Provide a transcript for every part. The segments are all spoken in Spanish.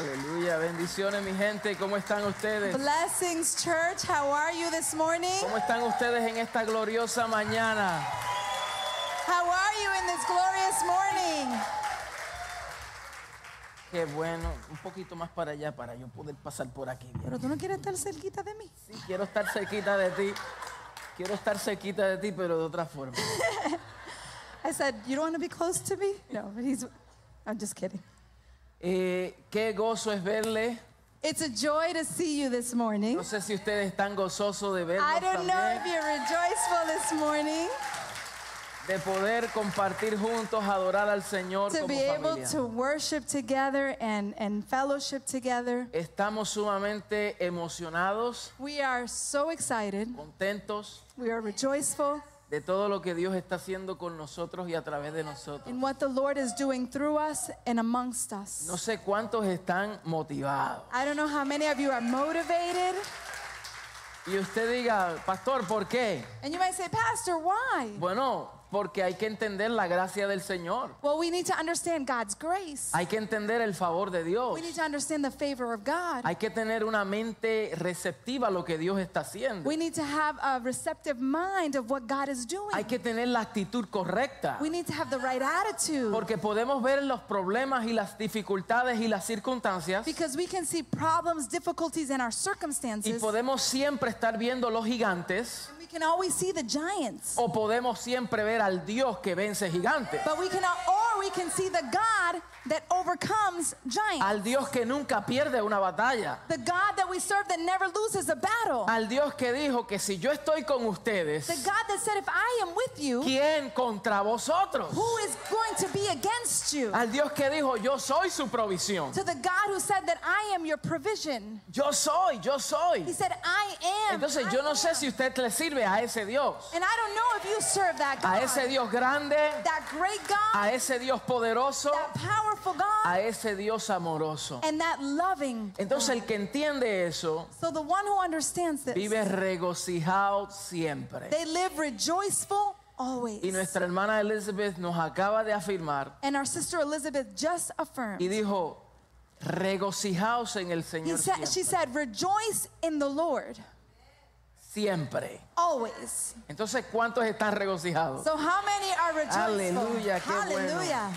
Aleluya, bendiciones mi gente, ¿cómo están ustedes? Blessings, church. How are you this morning? ¿Cómo están ustedes en esta gloriosa mañana? How are you in this glorious morning? Qué bueno, un poquito más para allá para yo poder pasar por aquí. bien. Pero tú no quieres estar cerquita de mí. Sí, quiero estar cerquita de ti, quiero estar cerquita de ti, pero de otra forma. I said, You don't want to be close to me? No, but he's. I'm just kidding. Eh, qué gozo es verle. It's a joy to see you this morning. No sé si ustedes están gozosos de vernos I don't know if también, you're rejoiceful this morning de poder compartir juntos, adorar al Seor to como be able familia. to worship together and, and fellowship together. Estamos sumamente emocionados, We are so excited. contentos We are rejoiceful de todo lo que Dios está haciendo con nosotros y a través de nosotros. in what the Lord is doing through us and amongst us. No sé cuántos están motivados. I don't know how many of you are motivated. Y usted diga, pastor, ¿por qué? And you might say, Pastor, why? Bueno, porque hay que entender la gracia del Señor. Well, we need to understand God's grace. Hay que entender el favor de Dios. We need to understand the favor of God. Hay que tener una mente receptiva a lo que Dios está haciendo. We need to have a receptive mind of what God is Hay doing. que tener la actitud correcta. We need to have the right attitude Porque podemos ver los problemas y las dificultades y las circunstancias because we can see problems, difficulties in our y circumstances. podemos siempre estar viendo los gigantes And we can always see the giants. o podemos siempre ver al Dios que vence gigantes, But we can, or we can see the God that overcomes giants. al Dios que nunca pierde una batalla, The God that we serve that never loses a battle. al Dios que dijo que si yo estoy con The ustedes, God that said, if I am with you, ¿quién contra vosotros? who is going to be against you? Al Dios que dijo, yo soy su provisión, to the God who said that I am your provision. yo soy, yo He soy. said, I am. Entonces I yo no sé am." si usted le sirve a ese Dios, And I don't know if you serve that a God, ese Dios grande, that great God, a ese Dios poderoso, that powerful God, a ese Dios amoroso. and that loving. Entonces el que entiende eso So the one who understands this, vive regocijado siempre. they live rejoiceful always. Y nuestra hermana Elizabeth nos acaba de afirmar and our sister Elizabeth just affirmed. y dijo, regocijaos en el He Señor said, she siempre. said, rejoice in the Lord Siempre. always. Entonces, ¿cuántos están regocijados? So how many are rejoiceful? Aleluya, qué bueno. Hallelujah.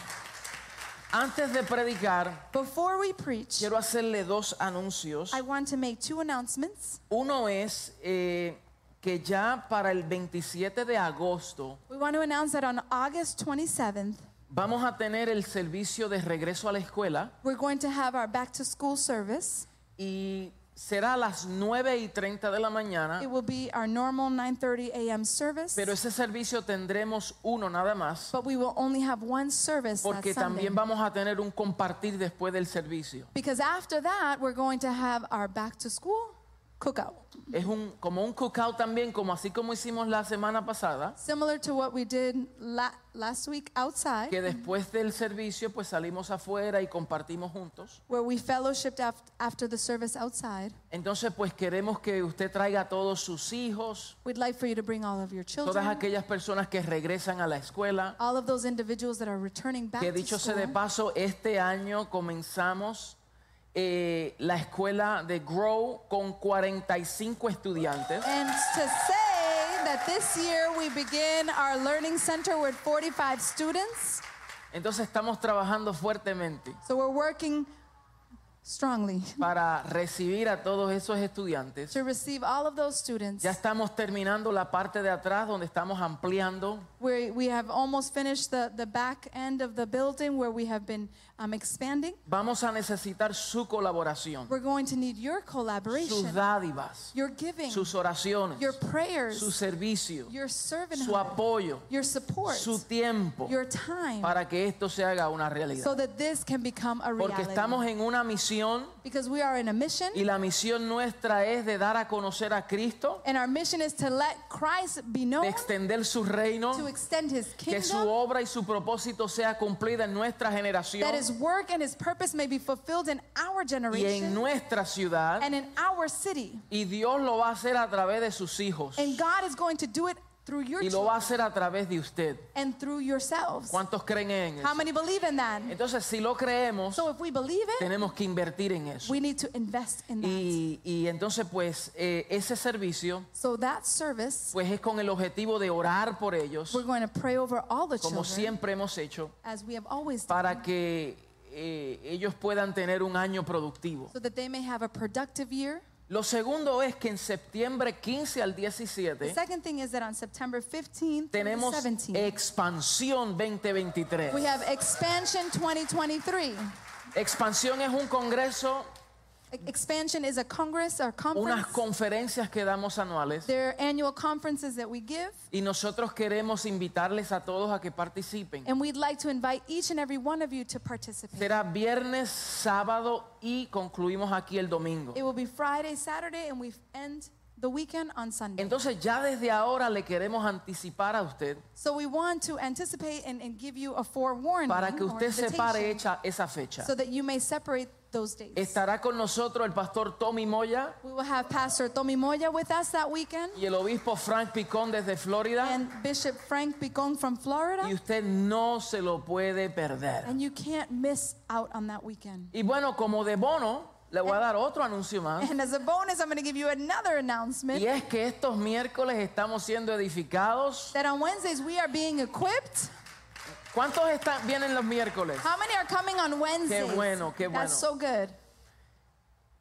Antes de predicar, Before we preach, quiero hacerle dos anuncios. I want to make two announcements. Uno es eh, que ya para el 27 de agosto We want to announce that on August 27th, vamos a tener el servicio de regreso a la escuela. we're going to have our back to school service. y será a las 9 y 30 de la mañana, It will be our normal 9:30 a.m. service, pero ese servicio tendremos uno nada más, but we will only have one service that porque Sunday. también vamos a tener un compartir después del servicio. Because after that, we're going to have our back to school cookout, Es un, como un cookout también, como así como hicimos la semana pasada, similar to what we did la- last week outside, que después del servicio pues salimos afuera y compartimos juntos. where we fellowshipped af- after the service outside. Entonces pues queremos que usted traiga a todos sus hijos, We'd like for you to bring all of your todas children, aquellas personas que regresan a la escuela. all of those individuals that are returning back Que to dicho sea de school. paso, este año comenzamos eh, la escuela de Grow con 45 estudiantes. And to say that this year we begin our learning center with 45 students. Entonces estamos trabajando fuertemente So we're working strongly para recibir a todos esos estudiantes. to receive all of those students. Ya estamos terminando la parte de atrás donde estamos ampliando. We, we have almost finished the, the back end of the building where we have been um, expanding. Vamos a necesitar su colaboración, We're going to need your collaboration, sus dádivas, your giving, sus oraciones, your su prayers, servicio, your su servanthood, apoyo, your support, su tiempo, your time, para que esto se haga una realidad. so that this can become a Porque reality. estamos en una misión Because we are in a mission. y la misión nuestra es de dar a conocer a Cristo, And our mission is to let Christ be de known, extender su reino, to extend his que su kingdom, obra y su propósito sea cumplida en nuestra generación that his work and his purpose may be fulfilled in y our en generation nuestra ciudad. and in our city. Y Dios lo va a hacer a través de sus hijos. And God is going to do it through your y lo va a children hacer a través de usted. and through yourselves. ¿Cuántos creen en eso? How many believe in that? Entonces, si lo creemos, So if we believe it, tenemos que invertir en eso. we need to invest in that. Y, y entonces, pues, eh, ese servicio, So that service, pues es con el objetivo de orar por ellos, we're going to pray over all the como children, siempre hemos hecho, as we have always done, para que eh, ellos puedan tener un año productivo. so that they may have a productive year. Lo segundo es que en septiembre 15 al The 17 second thing is that on September 15th through the tenemos 17th, Expansión we 2023. have Expansion E-, 2023. Expansión es un congreso, E- Expansion is a congress or unas conference. conferencias que damos anuales. There are annual conferences that we give, Y nosotros queremos invitarles a todos a que participen. and we'd like to invite each and every one of you to participate. Será viernes, sábado y concluimos aquí el domingo. It will be Friday, Saturday, and we end the weekend on Sunday. Entonces ya desde ahora le queremos anticipar a usted So we want to anticipate and, and give you a forewarning para que or usted separe invitation hecha esa fecha. so that you may separate those days. Estará con nosotros el pastor Tommy Moya We will have Pastor Tommy Moya with us that weekend y el obispo Frank Picón desde Florida and Bishop Frank Picon from Florida, y usted no se lo puede perder. and you can't miss out on that weekend. Y bueno, como de bono, le voy a dar otro anuncio más. And as a bonus, I'm going to give you another announcement Y es que estos miércoles estamos siendo edificados. that on Wednesdays we are being equipped. ¿Cuántos están, vienen los miércoles? How many are coming on Wednesdays? bueno, qué That's bueno. so good.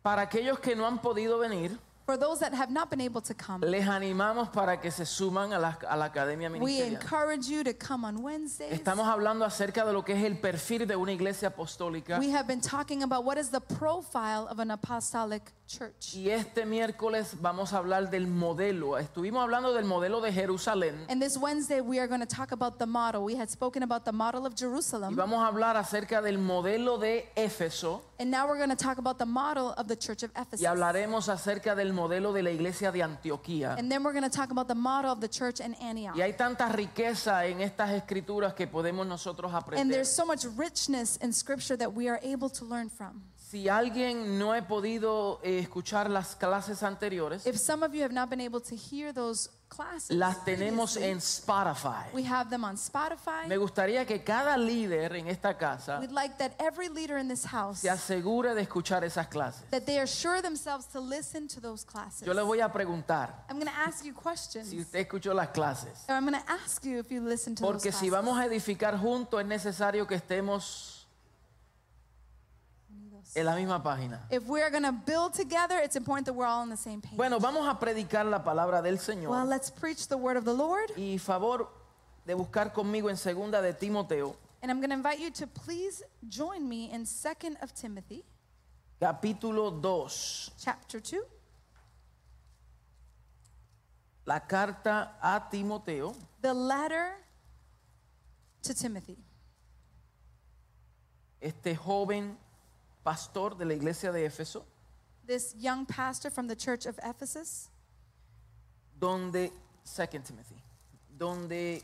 Para aquellos que no han podido venir, For those that have not been able to come, les animamos para que se suman a la, a la academia we ministerial. encourage you to come on Wednesdays. Estamos hablando acerca de lo que es el perfil de una iglesia apostólica. We have been talking about what is the profile of an apostolic church. Y este miércoles vamos a hablar del modelo. Estuvimos hablando del modelo de Jerusalén. And this Wednesday, we are going to talk about the model. We had spoken about the model of Y Jerusalem, vamos a hablar acerca del modelo de Éfeso. and now we're going to talk about the model of the church of Y Ephesus. hablaremos acerca del modelo de la iglesia de Antioquía. And then we're going to talk about the model of the church in Y Antioch. hay tanta riqueza en estas escrituras que podemos nosotros And aprender. there's so much richness in scripture that we are able to learn from. Si alguien no he podido eh, escuchar las clases anteriores, If some of you have not been able to hear those classes, las tenemos previously, en Spotify. we have them on Spotify. Me gustaría que cada líder en esta casa We'd like that every leader in this house se asegure de escuchar esas clases. that they assure themselves to listen to those classes. Yo le voy a preguntar I'm going to ask you questions. si usted escuchó las clases. or I'm going to ask you if you listen to Porque those si classes. vamos a edificar juntos es necesario que estemos en la misma página. If we're going to build together, it's important that we're all on the same page. Bueno, vamos a predicar la palabra del well, Señor. let's preach the word of the Lord. Y favor de buscar conmigo en segunda de Timoteo, And I'm going to invite you to please join me in 2nd of Timothy, capítulo 2, chapter 2. la carta a Timoteo. The letter to Timothy, este joven pastor de la iglesia de Éfeso, this young pastor from the church of Ephesus. donde, Second Timothy, donde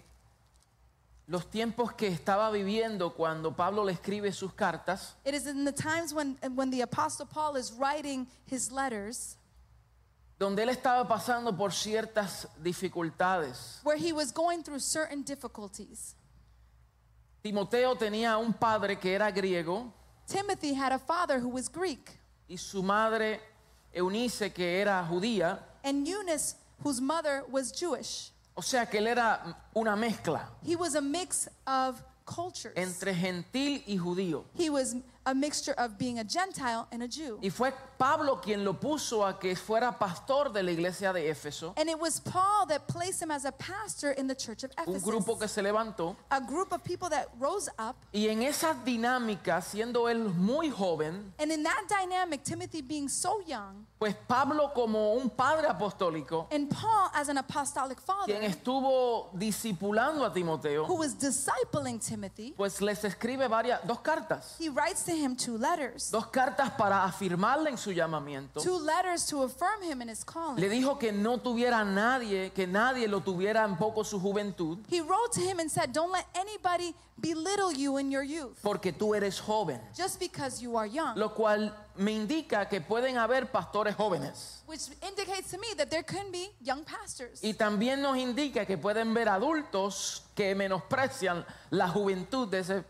los tiempos que estaba viviendo cuando Pablo le escribe sus cartas, It is in the times when, when the apostle Paul is writing his letters donde él estaba pasando por ciertas dificultades. where he was going through certain difficulties. Timoteo tenía un padre que era griego Timothy had a father who was Greek, y su madre Eunice que era judía, and Eunice, whose mother was Jewish. o sea que él era una mezcla He was a mix of cultures. entre gentil y judío. he was a mixture of being a Gentile and a Jew. Y fue Pablo quien lo puso a que fuera pastor de la iglesia de Éfeso, And it was Paul that placed him as a pastor in the church of un Ephesus. grupo que se levantó. a group of people that rose up. Y en esas dinámicas, siendo él muy joven, And in that dynamic, Timothy being so young, pues Pablo como un padre apostólico, and Paul as an apostolic quien father estuvo discipulando a Timoteo, who was discipling Timothy, pues les escribe varias, dos cartas. he writes to him two letters. dos cartas para afirmarle en su llamamiento. Two letters to affirm him in his calling. Le dijo que no tuviera a nadie, que nadie lo tuviera en poco su juventud, He wrote to him and said, Don't let anybody belittle you in your youth porque tú eres joven. just because you are young. Lo cual me indica que pueden haber pastores jóvenes. Which indicates to me that there can be young pastors. Y también nos indica que pueden ver adultos que menosprecian la juventud de ese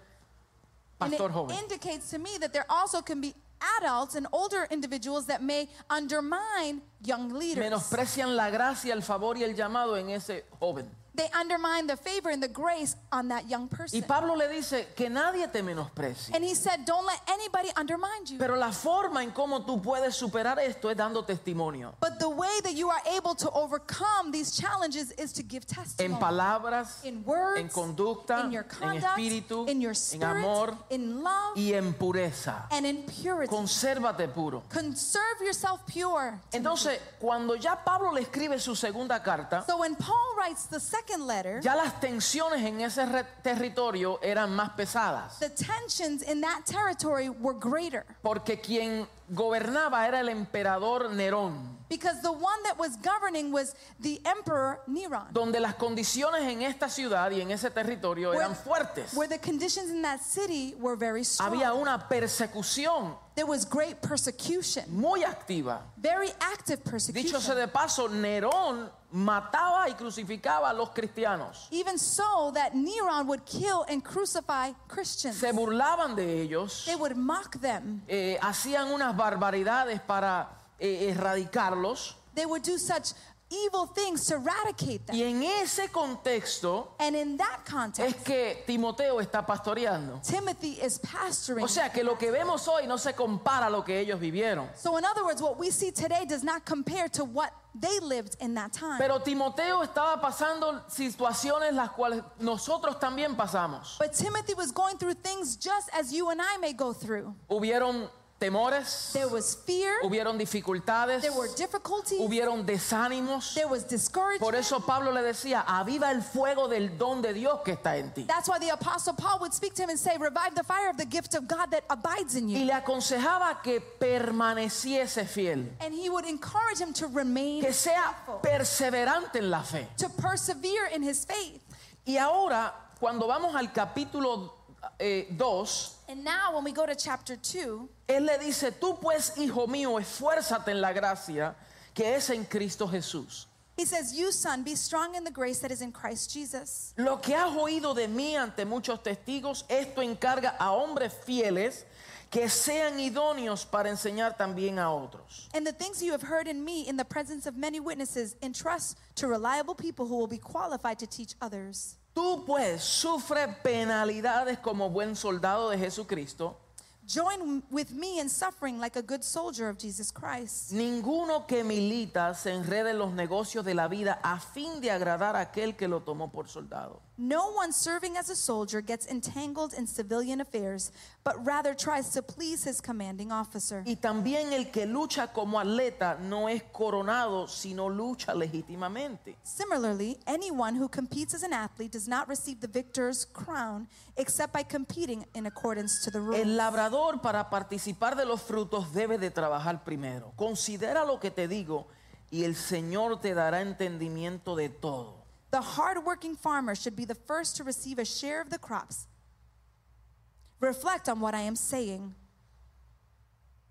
And it pastor joven. indicates to me that there also can be adults and older individuals that may undermine young leaders. Menosprecian la gracia, el favor y el llamado en ese joven. They undermine the favor and the grace on that young Y person. Pablo le dice que nadie te menosprecie. And he said, Don't let anybody undermine you. Pero la forma en cómo tú puedes superar esto es dando testimonio. But the way that you are able to overcome these challenges is to give En testimony. palabras, In words, en conducta, in your en conduct, espíritu, in your en spirit, amor in love, y en pureza. and in purity. Consérvate puro. Conserve yourself pure. Entonces, cuando ya Pablo le escribe su segunda carta, So when Paul writes the second letter, ya las tensiones en ese re- territorio eran más pesadas, the tensions in that territory were greater porque quien gobernaba era el emperador Nerón, because the one that was governing was the emperor Neron. donde las condiciones en esta ciudad y en ese territorio eran fuertes. where the conditions in that city were very strong. Había una persecución there was great persecution, muy activa. very active persecution. Dicho sea de paso, Nerón mataba y crucificaba a los cristianos. Even so, that Neron would kill and crucify Christians. Se burlaban de ellos, They would mock them. eh, hacían unas barbaridades para eh, erradicarlos. They would do such evil things to eradicate them. Y en ese contexto And in that es context, que Timoteo está pastoreando. Timothy is pastoring. O sea que lo que vemos hoy no se compara a lo que ellos vivieron. so, in other words, what we see today does not compare to what they lived in that time. Pero Timoteo estaba pasando situaciones las cuales nosotros también pasamos. but Timothy was going through things just as you and I may go through. Hubieron temores, There was fear, hubieron dificultades, there were difficulties, hubieron desánimos. there was discouragement. Por eso Pablo le decía, aviva el fuego del don de Dios que está en ti. That's why the Apostle Paul would speak to him and say, Revive the fire of the gift of God that abides in you. Y le aconsejaba que permaneciese fiel, And he would encourage him to remain que sea faithful, perseverante en la fe. to persevere in his faith. Y ahora, cuando vamos al capítulo eh, 2, And now, when we go to chapter 2, él le dice, tú pues, hijo mío, esfuérzate en la gracia que es en Cristo Jesús. he says, You, son, be strong in the grace that is in Christ Jesus. Lo que has oído de mí ante muchos testigos, esto encarga a hombres fieles que sean idóneos para enseñar también a otros. And the things you have heard in me in the presence of many witnesses, entrust to reliable people who will be qualified to teach others. Tú pues sufre penalidades como buen soldado de Jesucristo. Join with me in suffering like a good soldier of Jesus Christ. Ninguno que milita se enrede en los negocios de la vida a fin de agradar a aquel que lo tomó por soldado. No one serving as a soldier gets entangled in civilian affairs, but rather tries to please his commanding officer. Y también el que lucha como atleta no es coronado, sino lucha legítimamente. Similarly, anyone who competes as an athlete does not receive the victor's crown except by competing in accordance to the rules. El labrador para participar de los frutos debe de trabajar primero. Considera lo que te digo y el Señor te dará entendimiento de todo. The hardworking farmer should be the first to receive a share of the crops. Reflect on what I am saying,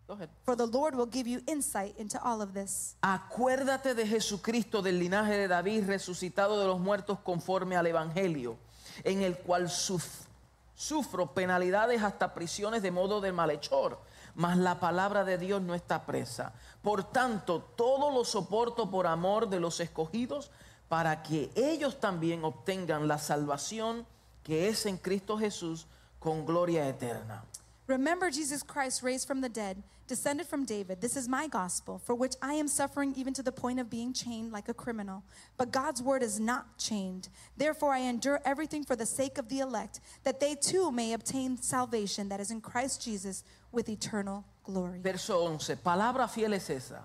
Go ahead. for the Lord will give you insight into all of this. Acuérdate de Jesucristo del linaje de David, resucitado de los muertos conforme al Evangelio, en el cual suf- sufro penalidades hasta prisiones de modo de malhechor, mas la palabra de Dios no está presa. Por tanto, todo lo soporto por amor de los escogidos, para que ellos también obtengan la salvación que es en Cristo Jesús con gloria eterna. Remember Jesus Christ raised from the dead, descended from David. This is my gospel, for which I am suffering even to the point of being chained like a criminal. But God's word is not chained. Therefore, I endure everything for the sake of the elect, that they too may obtain salvation that is in Christ Jesus with eternal glory. Verso 11, palabra fiel es esa.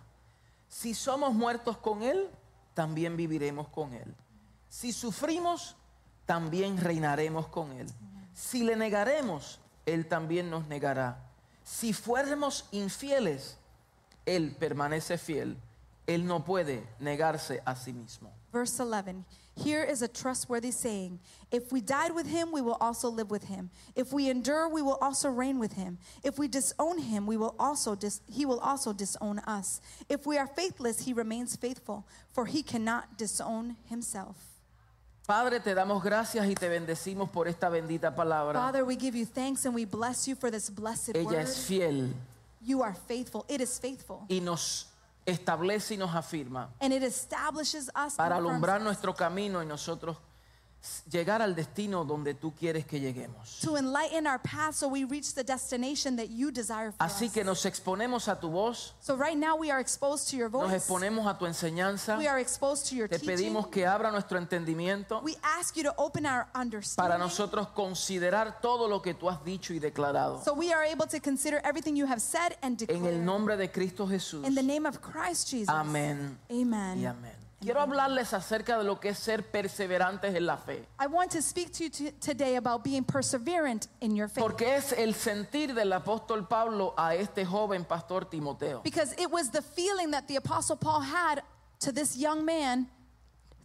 Si somos muertos con Él, también viviremos con Él. Si sufrimos, también reinaremos con Él. Si le negaremos, Él también nos negará. Si fuéramos infieles, Él permanece fiel. Él no puede negarse a sí mismo. Verse 11 Here is a trustworthy saying If we died with him, we will also live with him. If we endure, we will also reign with him. If we disown him, we will also dis- he will also disown us. If we are faithless, he remains faithful, for he cannot disown himself. Padre, te damos gracias y te bendecimos por esta bendita palabra. Father, we give you thanks and we bless you for this blessed Ella word. es fiel You are faithful. It is faithful. y nos establece y nos afirma And it establishes us and para affirms alumbrar us nuestro camino y nosotros llegar al destino donde tú quieres que lleguemos. to enlighten our path so we reach the destination that you desire for Así us. que nos exponemos a tu voz, So right now we are exposed to your nos voice. exponemos a tu enseñanza, We are exposed to your te teaching. pedimos que abra nuestro entendimiento We ask you to open our para understanding nosotros considerar todo lo que tú has dicho y declarado. so we are able to consider everything you have said and En el declare. nombre de Cristo Jesús. In the name of Christ Jesus. Amén. Y Amen. amén. Quiero hablarles acerca de lo que es ser perseverantes en la fe, I want to speak to you t- today about being perseverant in your faith porque es el sentir del apóstol Pablo a este joven pastor Timoteo. because it was the feeling that the apostle Paul had to this young man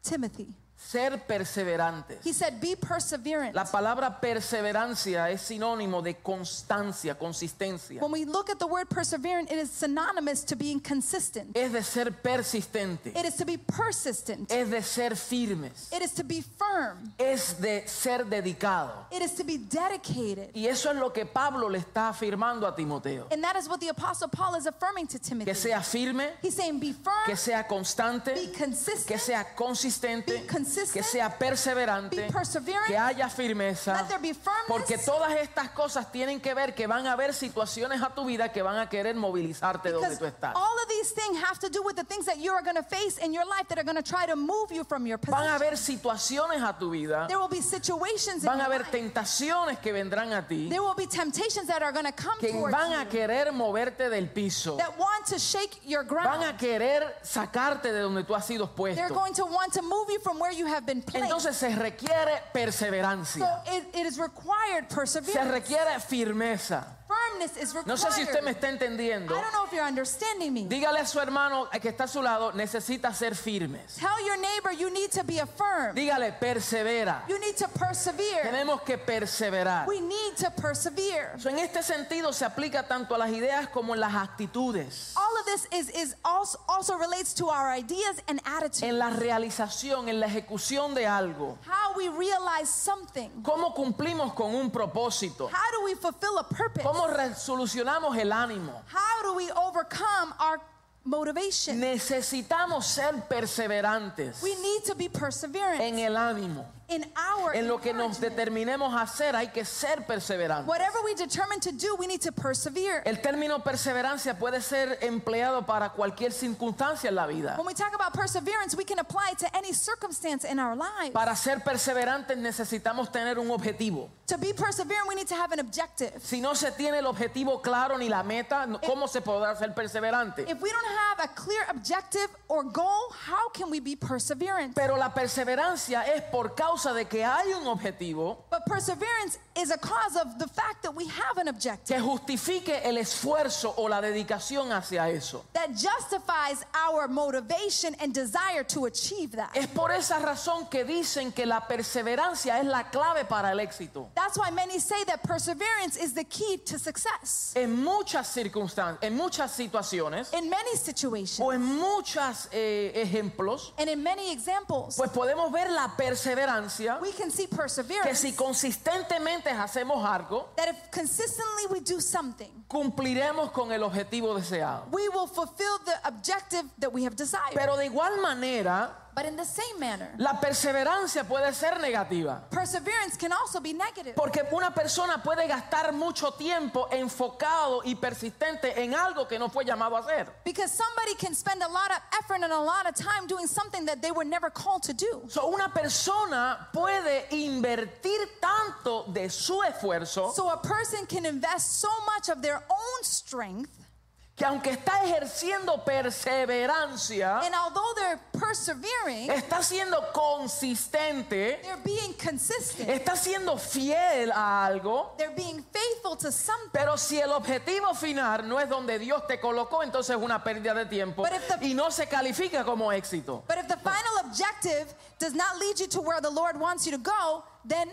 Timothy. Ser perseverantes. He said be perseverant. La palabra perseverancia es sinónimo de constancia, consistencia. When we look at the word perseverant it is synonymous to being consistent. Es de ser persistente, It is to be persistent. es de ser firmes, It is to be firm. es de ser dedicado. It is to be dedicated. Y eso es lo que Pablo le está afirmando a Timoteo. And that is what the Apostle Paul is affirming to Timothy. Que sea firme, He's saying, be firm, que sea be constante, que consistent, sea consistente, Be consistent. que sea perseverante, Be perseverant. que haya firmeza, Let there be firmness. porque todas estas cosas tienen que ver que van a haber situaciones a tu vida que van a querer movilizarte donde because tú estás. all of these things have to do with the things that you are going to face in your life that are going to try to move you from your Van a position. haber situaciones a tu vida, There will be situations in van a your haber life. tentaciones que vendrán a ti, There will be temptations that are going to come que towards van a you querer moverte del piso, that want to shake your van a ground. querer sacarte de donde tú has sido They're puesto. going to want to move you from where you have been placed. Entonces se requiere so perseverancia, it, it is required se perseverance. requiere firmeza. Firmness is required. No sé si usted me está entendiendo. I don't know if you're understanding me. Dígale a su hermano que está a su lado, necesita ser firmes. Tell your neighbor you need to be affirmed. Dígale, persevera. You need to persevere. Tenemos que perseverar. We need to persevere. So, en este sentido se aplica tanto a las ideas como en las actitudes, All of this is, is also, also relates to our ideas and attitude. en la realización, en la ejecución de algo. How we realize something. ¿Cómo cumplimos con un propósito? How do we fulfill a purpose? ¿Cómo resolucionamos el ánimo? How do we overcome our motivation? Necesitamos ser perseverantes We need to be perseverant en el ánimo. in our En lo que nos encouragement. determinemos a hacer hay que ser perseverantes. Whatever we determine to do, we need to persevere. El término perseverancia puede ser empleado para cualquier circunstancia en la vida. When we talk about perseverance, we can apply it to any circumstance in our lives. Para ser perseverantes necesitamos tener un objetivo. To be perseverant, we need to have an objective. Si no se tiene el objetivo claro ni la meta, no- ¿cómo se podrá ser perseverante? If we don't have a clear objective or goal, how can we be perseverant? Pero la perseverancia es por causa de que hay un objetivo But perseverance is a cause of the fact that we have an objective que justifique el esfuerzo o la dedicación hacia eso. that justifies our motivation and desire to achieve that. Es por esa razón que dicen que la perseverancia es la clave para el éxito. That's why many say that perseverance is the key to success En muchas circunstancias, en muchas situaciones, in many situations o en muchos ejemplos, and in many examples. pues podemos ver la perseverancia We can see que perseverance si consistentemente hacemos algo, that if consistently we do something, cumpliremos con el objetivo deseado. we will fulfill the objective that we have desired. Pero de igual manera, But in the same manner, la perseverancia puede ser negativa. perseverance can also be negative. Porque una persona puede gastar mucho tiempo enfocado y persistente en algo que no fue llamado a hacer. Because somebody can spend a lot of effort and a lot of time doing something that they were never called to do. So, una persona puede invertir tanto de su esfuerzo So a person can invest so much of their own strength que aunque está ejerciendo perseverancia, And although they're persevering, está siendo consistente, they're being consistent, está siendo fiel a algo, they're being faithful to something. pero si el objetivo final no es donde Dios te colocó, entonces es una pérdida de tiempo But if the- y no se califica como éxito. But if the final objective does not lead you to where the Lord wants you to go, then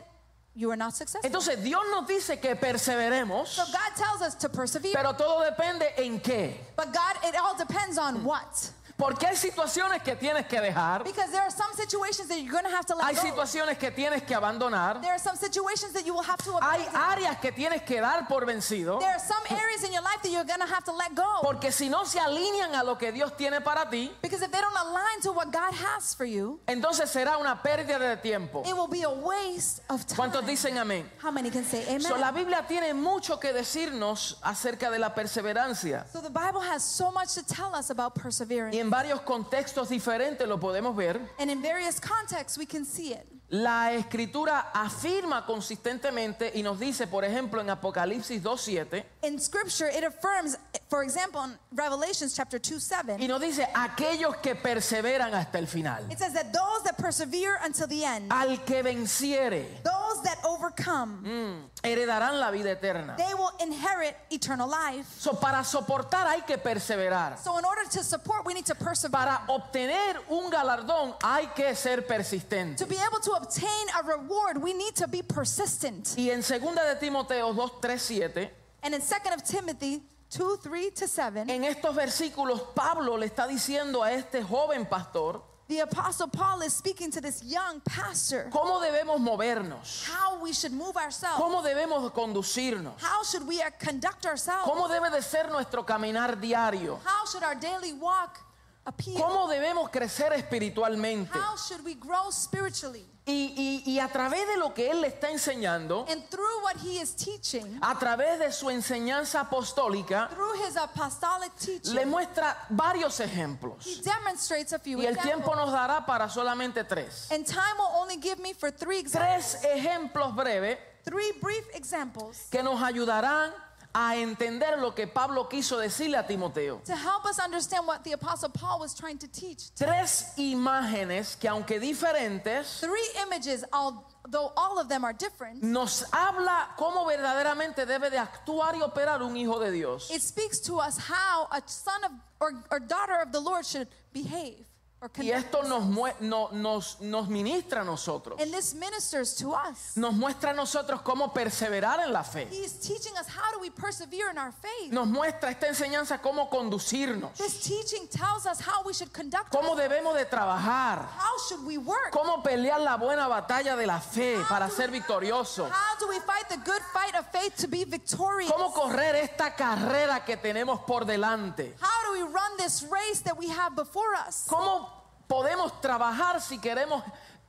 you are not successful. Entonces Dios nos dice que perseveremos, So God tells us to persevere. pero todo depende en qué. But God, it all depends on what. Porque hay situaciones que tienes que dejar, Because there are some situations that you're going to have to hay let go. situaciones que tienes que abandonar, There are some situations that you will have to hay abandon. áreas que tienes que dar por vencido. There are some areas in your life that you're going to have to let go. Porque si no se alinean a lo que Dios tiene para ti, Because if they don't align to what God has for you, entonces será una pérdida de tiempo. it will be a waste of time. ¿Cuántos dicen amén? How many can say amen? So, la Biblia tiene mucho que decirnos acerca de la perseverancia. So the Bible has so much to tell us about perseverance. Y en varios contextos diferentes lo podemos ver. And in various contexts, we can see it. La escritura afirma consistentemente y nos dice, por ejemplo, en Apocalipsis 2.7, In scripture, it affirms, for example, in Revelations chapter 2 y 7, nos dice, aquellos que perseveran hasta el final, it says that those that persevere until the end, al que venciere, those that overcome, mm, heredarán la vida eterna. they will inherit eternal life. So, para soportar hay que perseverar. So, in order to support, we need to persevere. Para obtener un galardón hay que ser To persistente. be able to obtain a reward, we need to be persistent. Y en 2 de Timoteo 2, 3, 7, And in 2nd of Timothy 2 3 to 7, en estos versículos Pablo le está diciendo a este joven pastor the apostle Paul is speaking to this young pastor cómo debemos movernos, how we should move ourselves. cómo debemos conducirnos, How should we uh, conduct ourselves? cómo debe de ser nuestro caminar diario, How should our daily walk appear? cómo debemos crecer espiritualmente. How should we grow spiritually? Y, y- y a través de lo que él le está enseñando, And through what he is teaching, a través de su enseñanza apostólica, through his apostolic le teaching, muestra varios ejemplos. he demonstrates a few Y el tiempo examples. nos dará para solamente tres. And time will only give me for three examples, Tres ejemplos breves three brief examples que nos ayudarán a entender lo que Pablo quiso decirle a Timoteo. to help us understand what the apostle Paul was trying to teach. Tres imágenes que aunque diferentes, Three images, although all of them are different, nos habla cómo verdaderamente debe de actuar y operar un hijo de Dios. it speaks to us how a son of or, or daughter of the Lord should behave or Y conduct. esto nos, mue- no- nos, nos ministra a nosotros. And this ministers to us. Nos muestra a nosotros cómo perseverar en la fe. He's teaching us how do we persevere in our faith. Nos muestra esta enseñanza cómo conducirnos, This teaching tells us how we should conduct cómo ourselves. debemos de trabajar. How should we work? ¿Cómo pelear la buena batalla de la fe How para do ser we- victorioso? How do we fight the good fight of faith to be victorious? ¿Cómo correr esta carrera que tenemos por delante? How do we run this race that we have before us? ¿Cómo podemos trabajar si queremos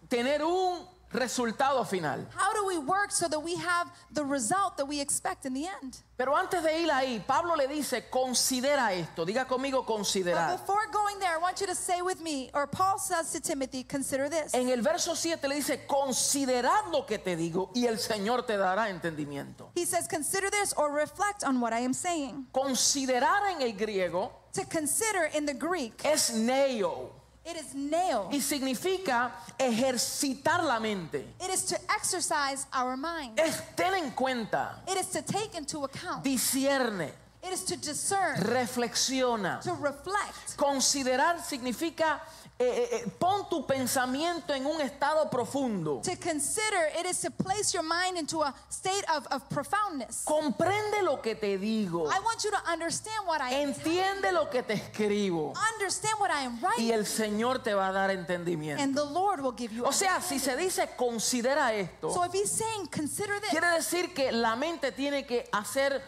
tener un resultado final? How do we work so that we have the result that we expect in the end? Pero antes de ir ahí, Pablo le dice, considera esto. Diga conmigo, But considerar. before going there, I want you to say with me, or Paul says to Timothy, consider this. En el verso 7 le dice, considerad lo que te digo y el Señor te dará entendimiento. He says, consider this or reflect on what I am saying. Considerar en el griego To consider in the Greek, es neo it is nail. y significa ejercitar la mente. It is to exercise our mind. es ten en cuenta, It is to take into account. discierne, It is to discern, reflexiona. to reflect. Considerar significa eh, eh, eh, pon tu pensamiento en un estado profundo. To consider, it is to place your mind into a state of, of profoundness. Comprende lo que te digo, I want you to understand what I am. entiende lo que te escribo Understand what I am y writing. el Señor te va a dar entendimiento. And the Lord will give you. O sea, si se dice considera So esto, if he's saying consider this, quiere decir que la mente tiene que hacer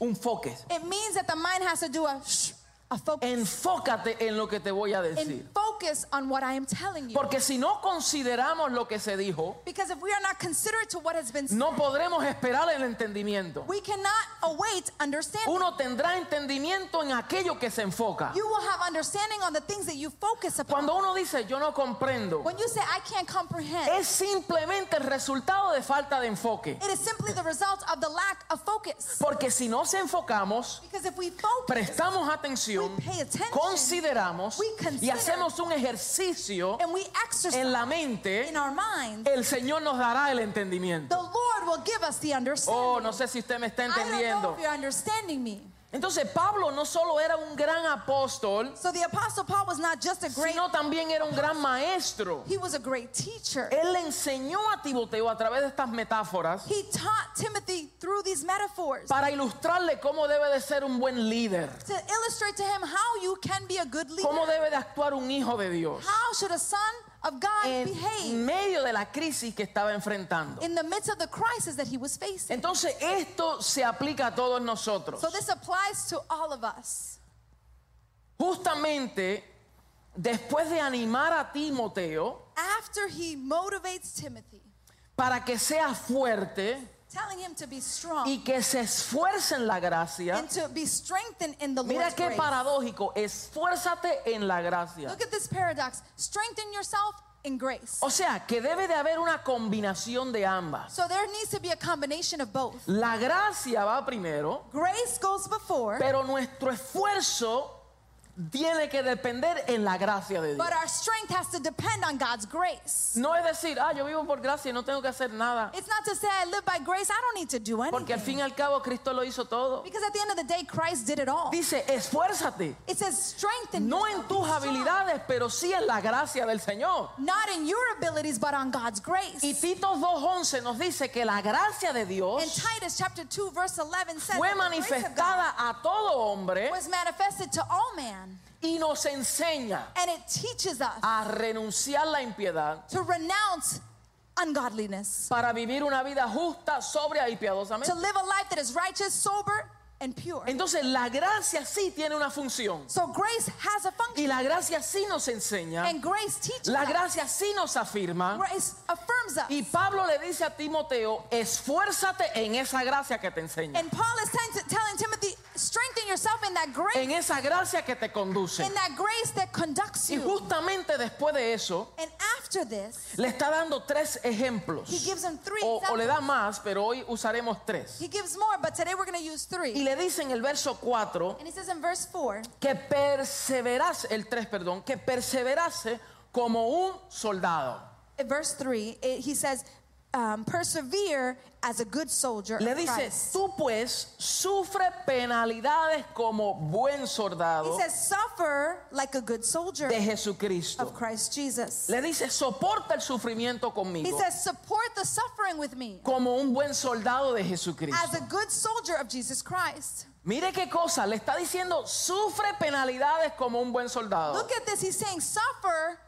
un foque. it means that the mind has to do a shh, a focus. Enfócate en lo que te voy a decir. And focus focus on what I am telling you. Porque si no consideramos lo que se dijo, Because if we are not considerate to what has been said, no podremos esperar el entendimiento. we cannot await understanding. Uno tendrá entendimiento en aquello que se enfoca. You will have understanding on the things that you focus upon. Cuando uno dice yo no comprendo, When you say, I can't comprehend, es simplemente el resultado de falta de enfoque. it is simply the result of the lack of focus. Porque si nos enfocamos, Because if we focus prestamos atención, We pay attention. consideramos We consider. y hacemos un ejercicio and we exercise en la mente, in our mind, el Señor nos dará el entendimiento. the Lord will give us the understanding. Oh, no sé si usted me está I don't know entendiendo. if you're understanding me. Entonces Pablo no solo era un gran apóstol, So the Apostle Paul was not just a great, sino también era un gran maestro. he was a great teacher. Él le enseñó a Timoteo a través de estas metáforas He taught Timothy through these metaphors para ilustrarle cómo debe de ser un buen líder, to illustrate to him how you can be a good cómo leader. debe de actuar un hijo de Dios How should a son of God en behave medio de la crisis que estaba enfrentando. in the midst of the crisis that he was facing? Entonces esto se aplica a todos nosotros. So this applies to all of us. Justamente después de animar a Timoteo After he motivates Timothy, para que sea fuerte telling him to be strong y que se esfuerce en la gracia, and to be strengthened in the mira Lord's qué grace. paradójico, esfuérzate en la gracia. Look at this paradox. Strengthen yourself in grace. O sea, que debe de haber una combinación de ambas. So there needs to be a combination of both. La gracia va primero, Grace goes before, pero nuestro esfuerzo tiene que depender en la gracia de Dios. but our strength has to depend on God's grace. No es decir, ah, yo vivo por gracia y no tengo que hacer nada. It's not to say I live by grace, I don't need to do Porque al anything. fin y al cabo Cristo lo hizo todo. Because at the end of the day, Christ did it all. Dice, esfuérzate. It says, strengthen No yourself, en be tus strong." habilidades, pero sí en la gracia del Señor. Not in your abilities, but on God's Y grace. Tito 2.11 nos dice que la gracia de And Dios Titus chapter 2, verse 11 says, fue "The grace of God manifestada a todo hombre was manifested to all man, y nos enseña and it teaches us a renunciar la impiedad to renounce ungodliness, para vivir una vida justa, sobria y to piadosamente. live a life that is righteous, sober, and pure. Entonces la gracia sí tiene una función So grace has a function, y la gracia sí nos enseña, and grace teaches la us. gracia sí nos afirma. Grace affirms us. Y Pablo le dice a Timoteo, esfuérzate en esa gracia que te enseña, And Paul is telling- telling Timothy, strengthen yourself in that grace, en esa gracia que te conduce. in that grace that conducts Y you. justamente después de eso, And after this, le está dando tres ejemplos. he gives him three O, o le examples. da más, pero hoy usaremos tres. He gives more, but today we're going to use Y three. le dice en el verso 4 And he says in verse 4, que perseverase, el 3, perdón, que perseverase como un soldado. in verse 3, it- he says, um, persevere as a good soldier. Le of dice, Christ. tú pues sufre penalidades como buen He soldado says, suffer like a good soldier de Jesucristo. of Christ Jesus. Le dice, soporta el sufrimiento He conmigo says, support the suffering with me como un buen soldado de Jesucristo. as a good soldier of Jesus Christ. Mire qué cosa, le está diciendo, sufre penalidades como un buen soldado. Look at this. He's saying, suffer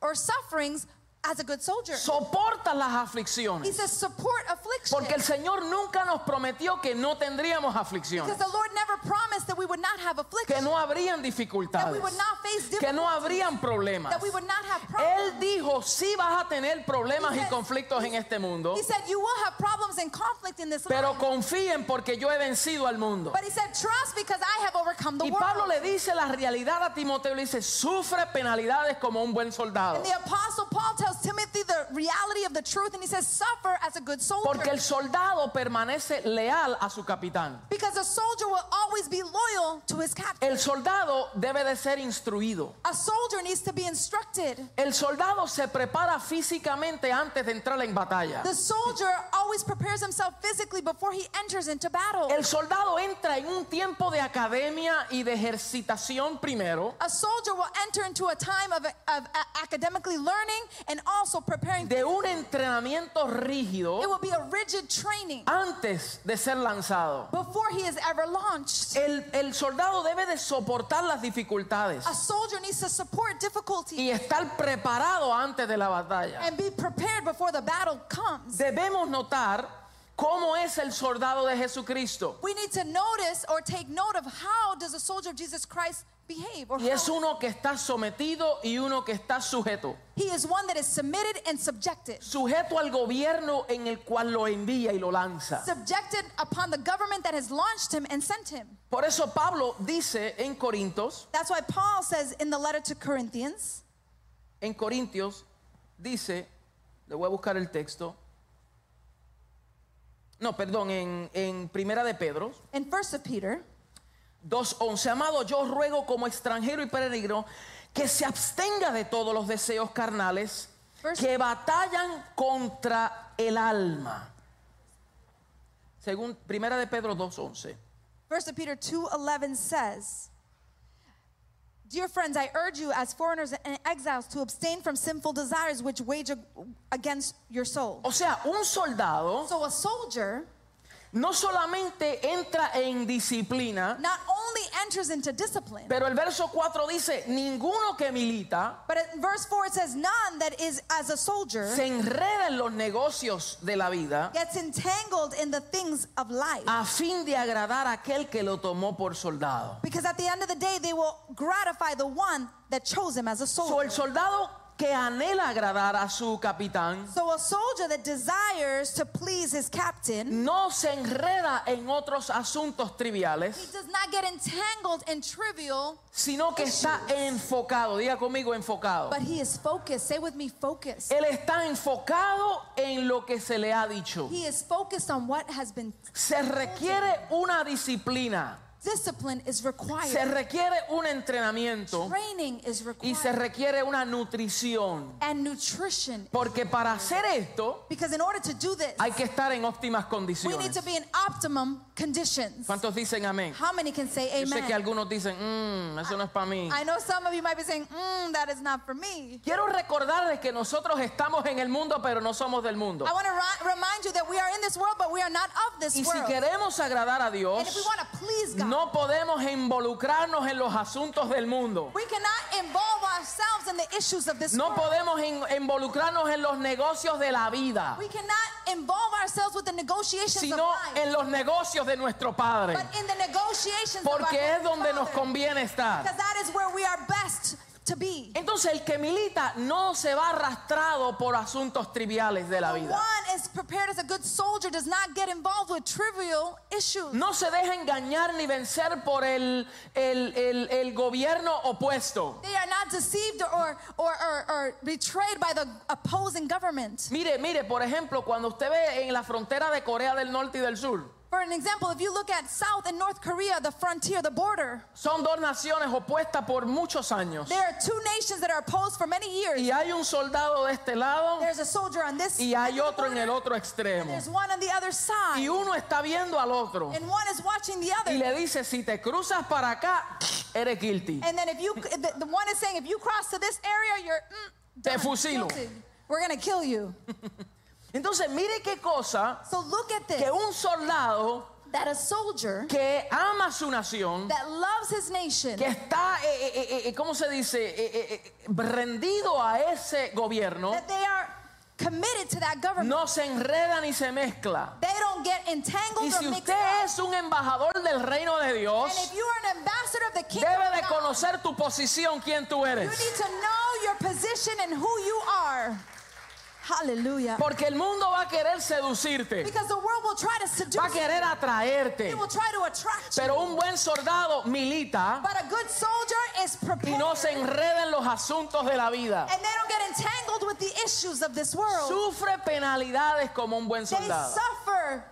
or sufferings as a good soldier. Soporta las He aflicciones. says, support affliction. Porque el Señor nunca nos prometió que no tendríamos Because aflicciones, the Lord never promised that we would not have que affliction, no habrían that we dificultades, would not face que no difficulties, habrían problemas. that we would not have problems. Él dijo, sí vas a tener problemas y says- conflictos en este mundo, He said, you will have problems and conflict in this pero life. confíen porque yo he vencido al mundo. But he said, trust because I have overcome the Y Pablo world. le dice la realidad a Timoteo, le dice, sufre penalidades como un buen soldado. And the apostle Paul tells Timothy the reality of the truth, and he says, suffer as a good Porque soldier. el soldado permanece leal a su capitán. Because a soldier will always be loyal to his captain. El soldado debe de ser instruido. A soldier needs to be instructed. El soldado se prepara físicamente antes de entrar en batalla. The soldier always prepares himself physically before he enters into battle. El soldado entra en un tiempo de academia y de ejercitación primero, A soldier will enter into a time of, of a- academically learning and also preparing. de un entrenamiento It rígido will be a rigid training antes de ser lanzado. before he is ever launched. El, el soldado debe de soportar las dificultades A soldier needs to support difficulty y estar preparado antes de la batalla. and be prepared before the battle comes. Debemos notar ¿Cómo es el soldado de Jesucristo? We need to notice or take note of how does a soldier of Jesus Christ behave or Y es how- uno que está sometido y uno que está sujeto. he is one that is submitted and subjected. Sujeto al gobierno en el cual lo envía y lo lanza. Subjected upon the government that has launched him and sent him. Por eso Pablo dice en Corintios, That's why Paul says in the letter to Corinthians, en Corintios dice, le voy a buscar el texto. No, perdón, en, en Primera de Pedro, in 1st of Peter, 2.11. Amado, yo ruego como extranjero y peregrino que se abstenga de todos los deseos carnales Verse- que batallan contra el alma. Según Primera de Pedro 2.11. 1st of Peter 2:11 says, Dear friends, I urge you as foreigners and exiles to abstain from sinful desires which wage ag- against your soul. O sea, un soldado So a soldier no solamente entra en disciplina, not only enters into discipline, pero el verso 4 dice, ninguno que milita but in verse 4 it says, None that is as a soldier se enreda en los negocios de la vida gets entangled in the things of life. a fin de agradar a aquel que lo tomó por soldado. Because at the end of the day, they will gratify the one that chose him as a So, el soldier. soldado que anhela agradar a su capitán So a soldier that desires to please his captain, no se enreda en otros asuntos he triviales, does not get entangled in trivial, sino que está enfocado. Diga conmigo, enfocado. but he is focused. Say with me, focused. Él está enfocado en lo que se le ha dicho. He is focused on what has been. Se requiere una disciplina, Discipline is se required. requiere un entrenamiento Training is y se required. requiere una nutrición. And nutrition. Porque para hacer esto Because in order to do this, hay que estar en óptimas we need to condiciones. be in optimum conditions. ¿Cuántos dicen amén? How many can say Yo sé que amen? algunos dicen, "Mm, eso no es para mí. I know some of you might be saying, mm, that is not for me. Quiero recordarles que nosotros estamos en el mundo, pero no somos del mundo. I want to ri- remind you that we are in this world, but we are not of this Y si world. queremos agradar a and if we Dios, want to please God, no podemos involucrarnos en los asuntos del mundo. we cannot involve ourselves in the issues of this No world. podemos in- involucrarnos en los negocios de la vida, We cannot involve ourselves with the negotiations of sino life, en los negocios de nuestro Padre, but in the negotiations of our porque es donde nos Father, conviene estar. because that is where we are best to be. Entonces el que milita no se va arrastrado por asuntos triviales de la The vida. one is prepared as a good soldier does not get involved with trivial issues. No se deja engañar ni vencer por el- el- el- el gobierno opuesto. They are not deceived or, or, or, or betrayed by the opposing government. Mire, mire, por ejemplo, cuando usted ve en la frontera de Corea del Norte y del Sur, For an example, if you look at South and North Korea, the frontier, the border, son dos naciones opuestas por muchos años. there are two nations that are opposed for many years. Y hay un soldado de este lado There's a soldier on this y hay side of the otro en el border, otro extremo. there's one on the other Y side, uno está viendo al otro and one is watching the y other. le dice, si te cruzas para acá, eres guilty. And then if you, the, the one is saying, if you cross to this area, you're mm, Te done, fusilo. guilty. We're gonna kill you. Entonces, mire qué cosa So look at this: que un soldado that a soldier que ama su nación, that loves his nation, que está, eh, eh, eh, eh, ¿cómo se dice?, Eh, eh, eh, rendido a ese gobierno, that they are committed to that government. no se enreda ni se mezcla. They don't get Y entangled si or mixed usted up. es un embajador del reino de And Dios, if you are an ambassador of the kingdom, debe of de God, conocer tu posición, quién tú You eres. need to know your position and who you are. Hallelujah. Porque el mundo va a querer seducirte, Because the world will try to va a seduce you. querer atraerte. It will try to attract you. Pero un buen soldado milita But a good soldier is y prepared. no se enreda en los asuntos de la vida. And they don't get entangled with the issues of this world. Sufre penalidades como un buen They soldado. suffer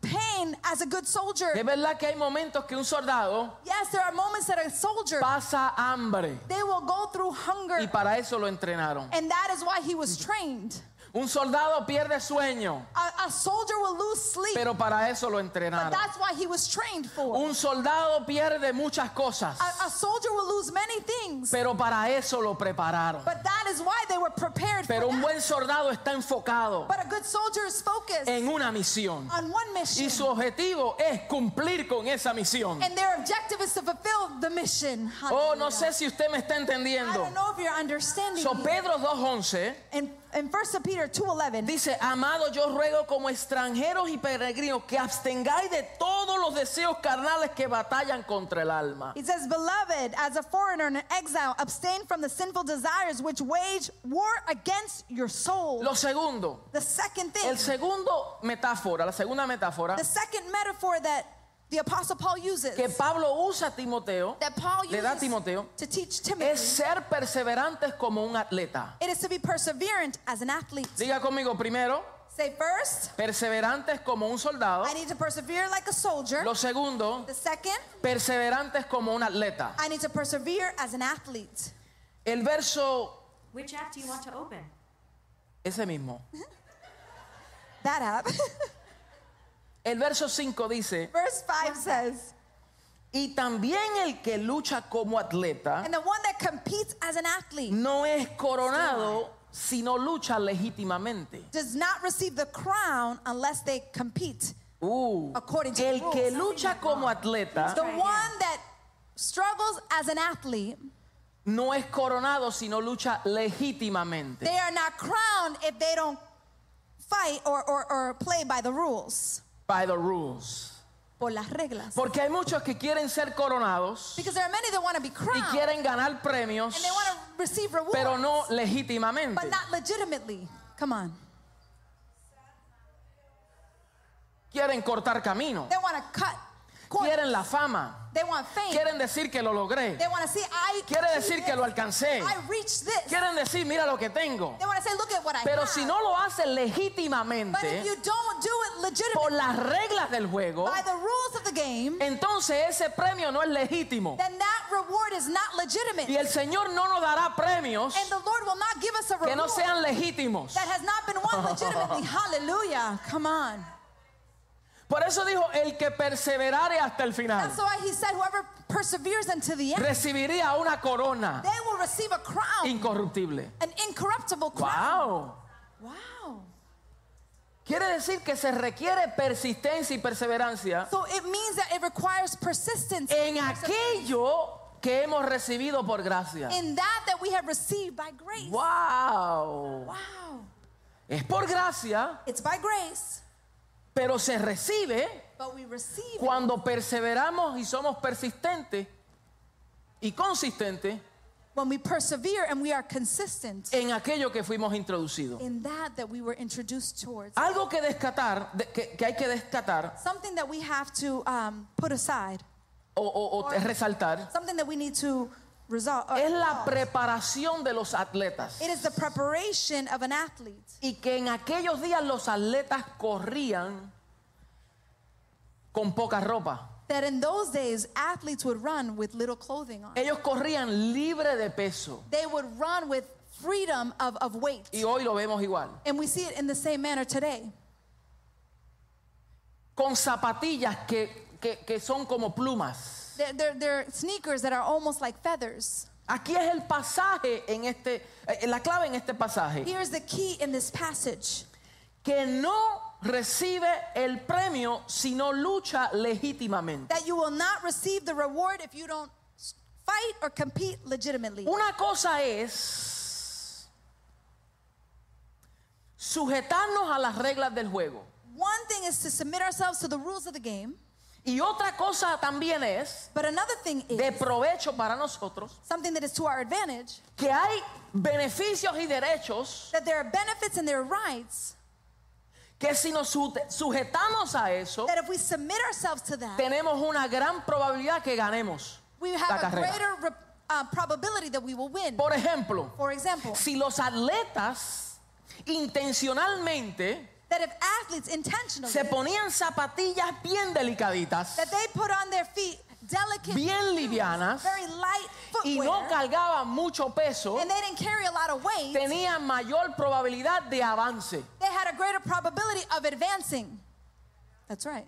pain as a good soldier. Es verdad que hay momentos que un soldado Yes, there are moments that a soldier, pasa hambre they will go through y hunger. para eso lo entrenaron. And that is why he was trained. Un soldado pierde sueño, A, a soldier will lose sleep. pero para eso lo But entrenaron. that's why he was trained for. Un soldado pierde muchas cosas, A, a soldier will lose many things, pero para eso lo prepararon. but that is why they were prepared Pero for un that. buen soldado está enfocado But a good soldier is focused en una misión on one mission, y su objetivo es cumplir con esa misión. and their objective is to fulfill the mission. Oh, no Hallelujah. sé si usted me está I entendiendo. don't know if you're understanding So me. Pedro 2:11 In, in 1 Peter 2:11, Dice, amado, yo ruego como extranjeros y peregrinos que abstengáis de todos los deseos carnales que batallan contra el alma. it says, "Beloved, as a foreigner and an exile, abstain from the sinful desires which wage war against your soul." Lo segundo, The second thing, el segundo metáfora, la segunda metáfora the second metaphor that the apostle Paul uses que Pablo usa a Timoteo, that Paul le da a uses Timoteo, to teach es Timothy, ser perseverantes como un atleta. it is to be perseverant as an athlete. Diga conmigo, primero, Say first, perseverantes como un soldado. I need to persevere like a soldier. Oh. Lo segundo, The second, perseverantes como un atleta. I need to persevere as an athlete. El verso, Which app do you want to open? ese mismo, That app. el verso 5 dice, Verse 5 says, Y también el que lucha como atleta and the one that competes as an athlete no es coronado sino lucha legítimamente. does not receive the crown unless they compete. Uh, According to el the que rules. lucha como atleta The Right, yeah. one that struggles as an athlete, no es coronado sino lucha legítimamente. they are not crowned if they don't fight or, or, or play by the rules, By the rules. por las reglas. Porque hay muchos que quieren ser coronados Because there are many that want to be y crowned quieren ganar premios, and they want to receive rewards, pero no legítimamente. but not legitimately. Come on. Quieren cortar camino, They want to cut corners. quieren la fama, They want fame. quieren decir que lo logré, They want to see I quieren achieved decir this. que lo alcancé, I reached this. quieren decir mira lo que tengo. They want to say, look at what I Pero have. si no lo hace but if you legítimamente, don't do it legitimately por las reglas del juego, by the rules of the game, entonces ese premio no es legítimo. then that reward is not legitimate. Y el Señor no nos dará premios And the Lord will not give us a que reward no sean legítimos. that has not been won legitimately. Hallelujah. Come on. Por eso dijo, el que perseverare hasta el final That's why he said, whoever perseveres until the end, recibiría una corona they will receive a crown, incorruptible. an incorruptible crown. ¡Wow! Wow. Quiere decir que se requiere persistencia y perseverancia So it means that it requires persistence en aquello que hemos recibido por gracia. in that that we have received by grace. ¡Wow! Wow. Es por gracia, It's by grace, pero se recibe but we receive it Cuando perseveramos y somos persistentes y consistentes when we persevere and we are consistent en aquello que fuimos introducidos. in that that we were introduced towards. Algo que descatar, de- que, que hay que descatar Something that we have to um, put aside, o, o- o te- resaltar something that we need to resolve. es la preparación de los atletas. it is the preparation of an athlete. Y que en aquellos días los atletas corrían con poca ropa. That in those days, athletes would run with little clothing on. Ellos corrían libre de peso. They would run with freedom of, of weight. Y hoy lo vemos igual. And we see it in the same manner today. Con zapatillas que, que- que son como plumas. They're, they're, they're sneakers that are almost like feathers. Aquí es el pasaje en este, eh, la clave en este pasaje, Here's the key in this passage. que no recibe el premio si no lucha legítimamente. that you will not receive the reward if you don't s- fight or compete legitimately. Una cosa es sujetarnos a las reglas del juego One thing is to submit ourselves to the rules of the game, y otra cosa también es but another thing is de provecho para nosotros something that is to our advantage que hay beneficios y derechos that there are benefits and there are rights que si nos suje- sujetamos a eso that if we submit ourselves to that, tenemos una gran probabilidad que ganemos we la have a carrera. greater re- uh, probability that we will win. Por ejemplo, For example, si los atletas intencionalmente that if athletes intentionally se ponían zapatillas bien delicaditas that they put on their feet delicate, Bien shoes, livianas, very light y footwear, no cargaban mucho peso, and they didn't carry a lot of weight, tenían mayor probabilidad de avance. they had a greater probability of advancing. That's right.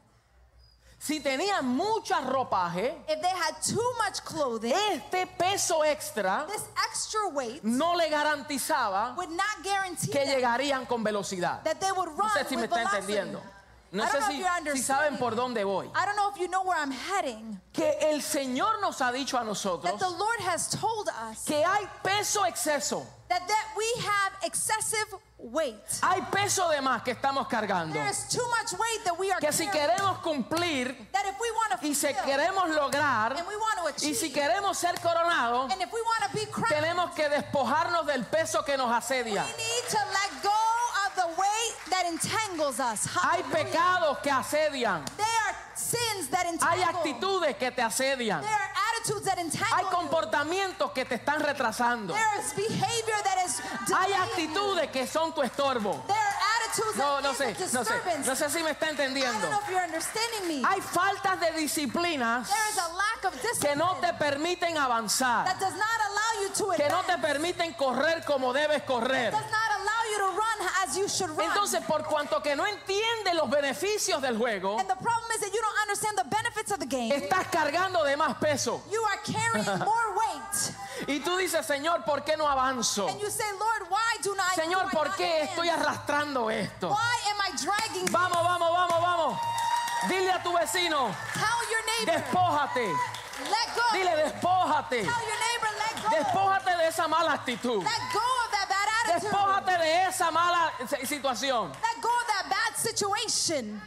Si tenían mucho ropaje, If they had too much clothing, eh, este peso extra this extra weight no le garantizaba would not guarantee que them llegarían con velocidad. that they would run sé si me with está velocity. entendiendo. No I sé don't know if si, you're si saben understanding. por dónde voy. I don't know if you know where I'm heading. Que el Señor nos ha dicho a That the nosotros Lord has told us que hay peso exceso, that, that we have excessive weight. hay peso de más que estamos cargando. There is too much weight that we are Que si carrying. queremos cumplir That if we want to y si fulfill queremos lograr and we want to y achieve si queremos ser coronados, and if we want to be crowned, tenemos que despojarnos del peso que nos we asedia. need to let go of the weight that entangles us. Hay Hallelujah. pecados que asedian, There are sins that hay entangle. actitudes que te asedian, There are attitudes that hay entangle. you. comportamientos que te están retrasando, There is behavior that is hay delaying you. actitudes que son tu estorbo. There are attitudes No, that no is sé, a no sé, disturbance. no sé si me está I entendiendo. don't know if you're understanding me. Hay faltas de disciplinas There is a lack of que discipline no te permiten avanzar, that does not allow you to que no advance, te permiten correr como debes correr. does not allow you to run as you should run. Entonces, por cuanto que no entiende los beneficios del juego, and the problem is that you don't understand the benefits of the game. estás cargando de más peso. you are carrying more weight. Y tú dices, Señor, ¿por qué no avanzo? And you say, Lord, why do not do Señor, I ¿por not qué advance? estoy arrastrando esto? Why am I dragging Vamos, vamos, vamos, vamos. Dile a tu vecino, Tell your neighbor, despójate. let go. Dile, despójate. Tell your neighbor, let go. Despójate de esa mala actitud. let go of that bad attitude. Despójate de esa mala si- situación. Let go of that bad situation.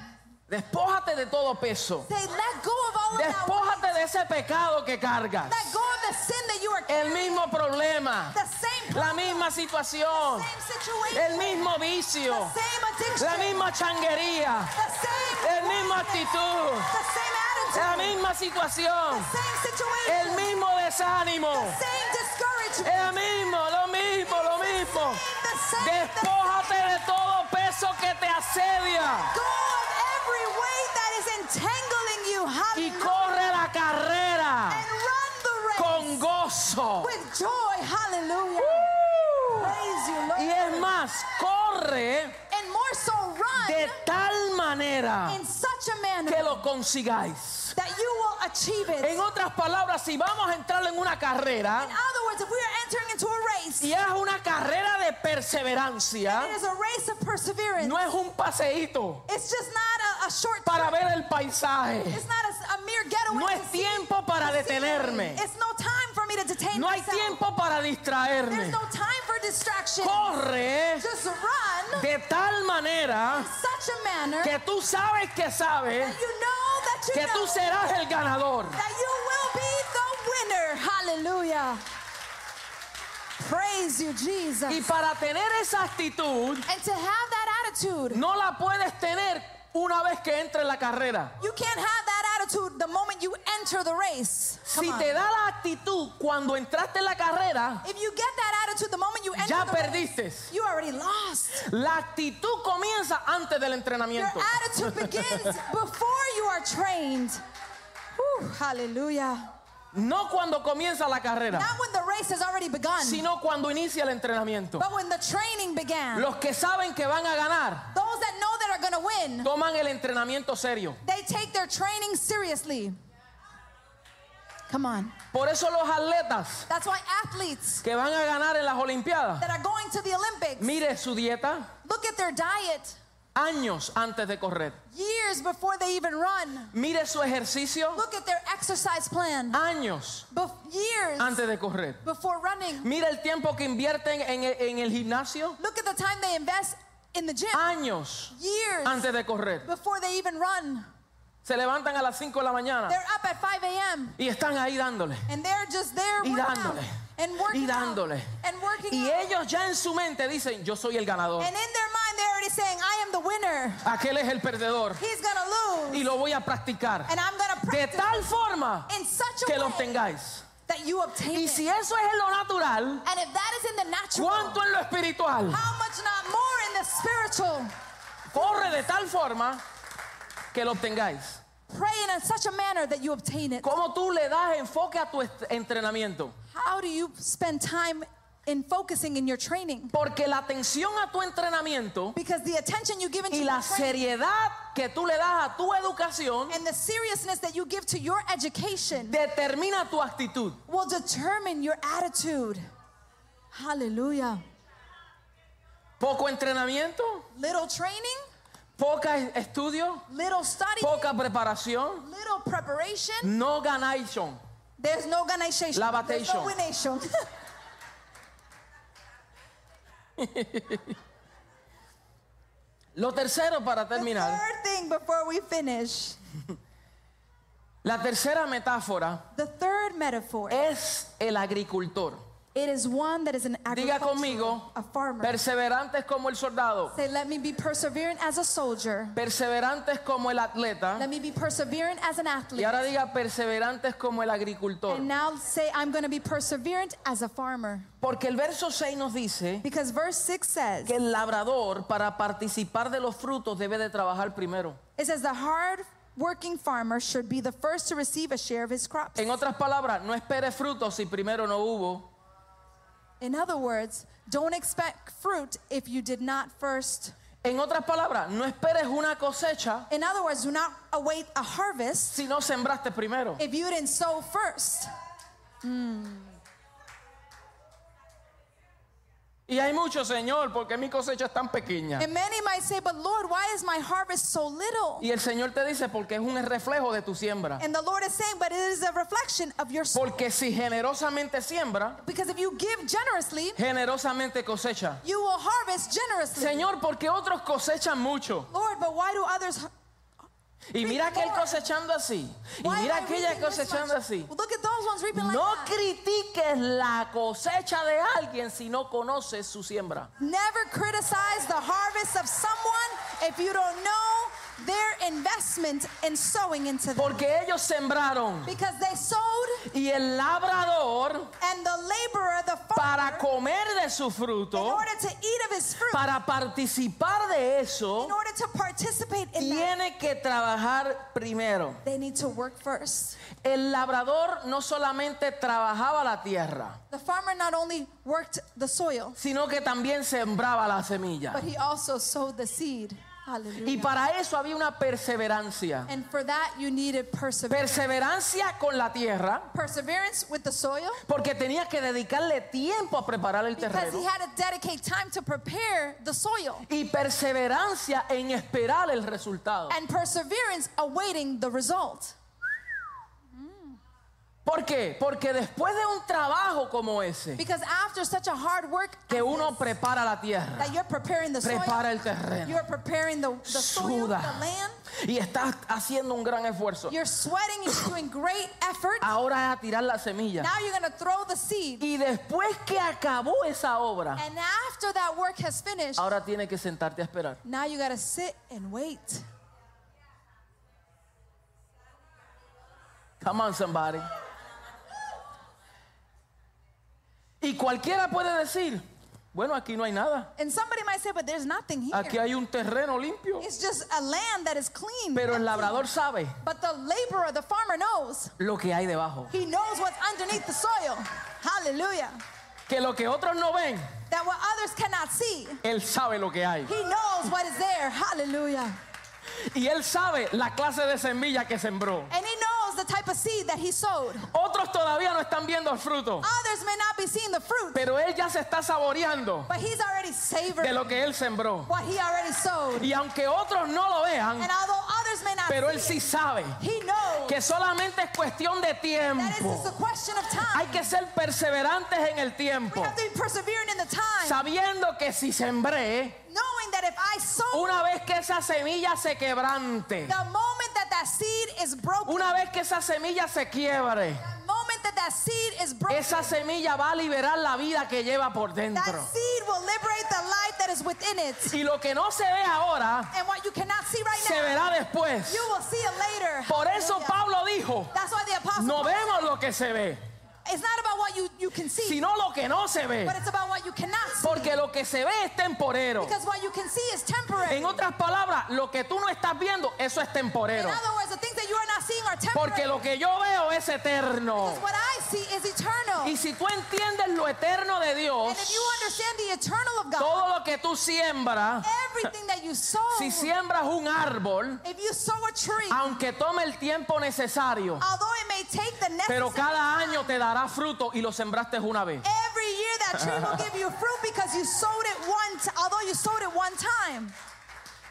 Despójate de todo peso. Say, let go of all of that weight. Despójate de ese pecado que cargas. Let go of the sin that you are El carrying. mismo problema, The same la problem, misma situación, same situation, el mismo vicio, the same addiction, la misma changuería, the same el mismo actitud, the same la attitude, misma situación, the same situation, el mismo desánimo, the same discouragement, el mismo, lo mismo, lo mismo. the same Despójate de todo peso que te asedia let go of every weight that is entangling you. y Hallelujah. corre la carrera And run the race con gozo. with joy. Hallelujah. Praise you, Lord. Y es más, corre And more so, run de tal manera in such a manner que lo consigáis. that you will achieve it. En otras palabras, si vamos a entrar en una carrera In other words, if we are entering into a race, y es una carrera de perseverancia, it is a race of perseverance. no es un paseíto It's just not a, a short para trip. ver el paisaje. It's not a, s- a mere getaway. No to es see tiempo para the scenery. detenerme. It's no time for me to detain No hay myself. tiempo para There's distraerme. no time for distraction. Corre Just run de tal manera in such a manner que tú sabes que sabes that you know that you que know tú serás el ganador. that you will be the winner. Hallelujah. Praise you, Jesus. Y para tener esa actitud, and to have that attitude, no la puedes tener una vez que entre en la carrera. you can't have that attitude the moment you enter the race. Come Si on. te da la actitud cuando entraste en la carrera, If you get that attitude the moment you enter ya the race, perdiste. you already lost. La actitud comienza antes del Your entrenamiento. attitude begins before you are trained. Whew, hallelujah. No cuando comienza la carrera, Not when the race has already begun, sino cuando inicia el entrenamiento. but when the training began. Los que saben que van a ganar Those that know that are going to win, toman el entrenamiento serio. they take their training seriously. Come on. Por eso los atletas That's why athletes que van a ganar en las Olimpiadas, that are going to the Olympics mire su dieta look at their diet años antes de correr. years before they even run. Mire su ejercicio Look at their exercise plan años bef- years antes de correr. before running. Mira el tiempo que invierten en, el- en el gimnasio. Look at the time they invest in the gym Años years antes de correr. before they even run. Se levantan a las 5 de la mañana They're up at 5 a.m. y están ahí dándole. and they're just there Y working out dándole. and working Y dándole. out and working Y out. ellos ya en su mente dicen, yo soy el ganador. And in their mind, they're already saying, "I am the winner. Aquel es el perdedor. He's gonna lose, Y lo voy a practicar. and I'm gonna De practice tal forma in such que a lo way obtengáis. that you obtain Y it." si eso es en lo natural, And if that is in the natural, ¿cuánto en lo espiritual? how much not more in the spiritual? Corre de tal forma que lo obtengáis. Pray in such a manner that you obtain it. ¿Cómo tú le das enfoque a tu est- entrenamiento? How do you spend time in focusing in your training? Porque la atención a tu entrenamiento Because the attention you give into y your la training seriedad que tú le das a tu educación and the seriousness that you give to your education determina tu actitud. will determine your attitude. Hallelujah. Poco entrenamiento, Little training, Poca es- estudio, Little study, poca preparación, little preparation. no ganación. There's no ganation. There's no Lavatation. wination. Lo tercero para terminar, Third thing before we finish, la tercera metáfora the third metaphor. es el agricultor. It is one that is an Diga agricultural, conmigo, a farmer. perseverante es como el soldado, Say, let me be perseverant as a soldier. perseverante es como el atleta, Let me be perseverant as an y athlete. ahora diga perseverante es como el agricultor. And now say, I'm going to be perseverant as a farmer. Porque el verso 6 nos dice Because verse 6 says, que el labrador para participar de los frutos debe de trabajar primero. it says, the hard working farmer should be the first to receive a share of his crops. En otras palabras, no espere frutos si primero no hubo In other words, don't expect fruit if you did not first. En otras palabras, no esperes una cosecha In other words, do not await a harvest si no sembraste primero. if you didn't sow first. Y hay mucho, Señor, porque mi cosecha es tan pequeña. And many might say, but Lord, why is my harvest so little? Y el Señor te dice, porque es un reflejo de tu siembra. And the Lord is saying, but it is a reflection of your soul. Porque si generosamente siembra, Because if you give generously, generosamente cosecha. you will harvest generously. Señor, porque otros cosechan mucho. Lord, but why do others? Y mira aquel cosechando así. Y Why mira am I aquella reaping this cosechando much? así. Well, look at those ones reaping like No that. critiques la cosecha de alguien si no conoces su siembra. Never criticize the harvest of someone if you don't know their investment in sowing into them. Porque ellos sembraron Because they sowed, y el labrador and the laborer, the para farmer, comer de su in fruto, order to eat of his fruit, para participar de eso, in order to participate in that, tiene que trabajar primero. they need to work first. El labrador no solamente trabajaba la tierra, The farmer not only worked the soil, sino que también sembraba la semilla. but he also sowed the seed. Hallelujah. Y para eso había una perseverancia. And for that, you needed perseverance. Perseverancia con la tierra, Perseverance with the soil, porque tenía que dedicarle tiempo a preparar el because he terreno. had to dedicate time to prepare the soil, Y perseverancia en esperar el resultado. and perseverance awaiting the result. ¿Por qué? Porque después de un trabajo como ese, Because after such a hard work, que uno prepara la tierra, that you're preparing the prepara soil, el terreno you're preparing the, the soil, the Suda. land, y estás haciendo un gran esfuerzo. you're sweating, you're doing great effort. Ahora es a tirar la semilla. Now you're going to throw the seed. Y después que acabó esa obra, And after that work has finished, ahora tiene que sentarte a esperar. now you got to sit and wait. Come on, somebody. Y cualquiera puede decir, bueno, aquí no hay nada. And somebody might say, but there's nothing here. Aquí hay un terreno limpio. It's just a land that is clean. Pero el empty. labrador sabe But the laborer, the farmer knows. lo que hay debajo. He knows what's underneath the soil. Hallelujah. Que lo que otros no ven, That what others cannot see, él sabe lo que hay. he knows what is there. Hallelujah. Y él sabe la clase de semilla que sembró. And he knows the type of seed that he sowed. Otros todavía no están viendo el fruto, Others may not be seeing the fruit, pero él ya se está saboreando but he's already de savoring lo que él sembró. what he already sowed. Y aunque otros no lo vean, And although others may not pero él see sí sabe it, he knows que solamente es cuestión de that it's just tiempo. a question of time. Hay que ser perseverantes en el we tiempo, have to be persevering in the time, sabiendo que si sembré, knowing that if I sow, una vez que esa semilla se quebrante, the moment that that seed is broken, una vez que esa semilla se quiebre, The moment that that seed is broken, esa semilla va a liberar la vida que lleva por that dentro. seed will liberate the life that is within it. Y lo que no se ve ahora, And what you cannot see right se now, verá después. you will see it later. Por eso Hallelujah. Pablo dijo, That's why the apostle. no Paul- vemos lo que se ve, it's not about what you, you can see, sino lo que no se ve. but it's about what you cannot see. Porque lo que se ve es temporero. because what you can see is temporary. En otras palabras, lo que tú no estás viendo, eso es In temporero. other words, the things that you are not seeing are Porque temporary. lo que yo veo es eterno. Because what I see is eternal. Y si tú entiendes lo eterno de and if you Dios, understand the eternal of God, todo lo que tú siembras, everything that you sow, si Ah. siembras un árbol, if you sow a tree, aunque tome el tiempo necesario, although it may take the necessary pero cada time, año te dará fruto y lo sembraste una vez. Every year that tree will give you fruit because you sowed it once, although you sowed it one time.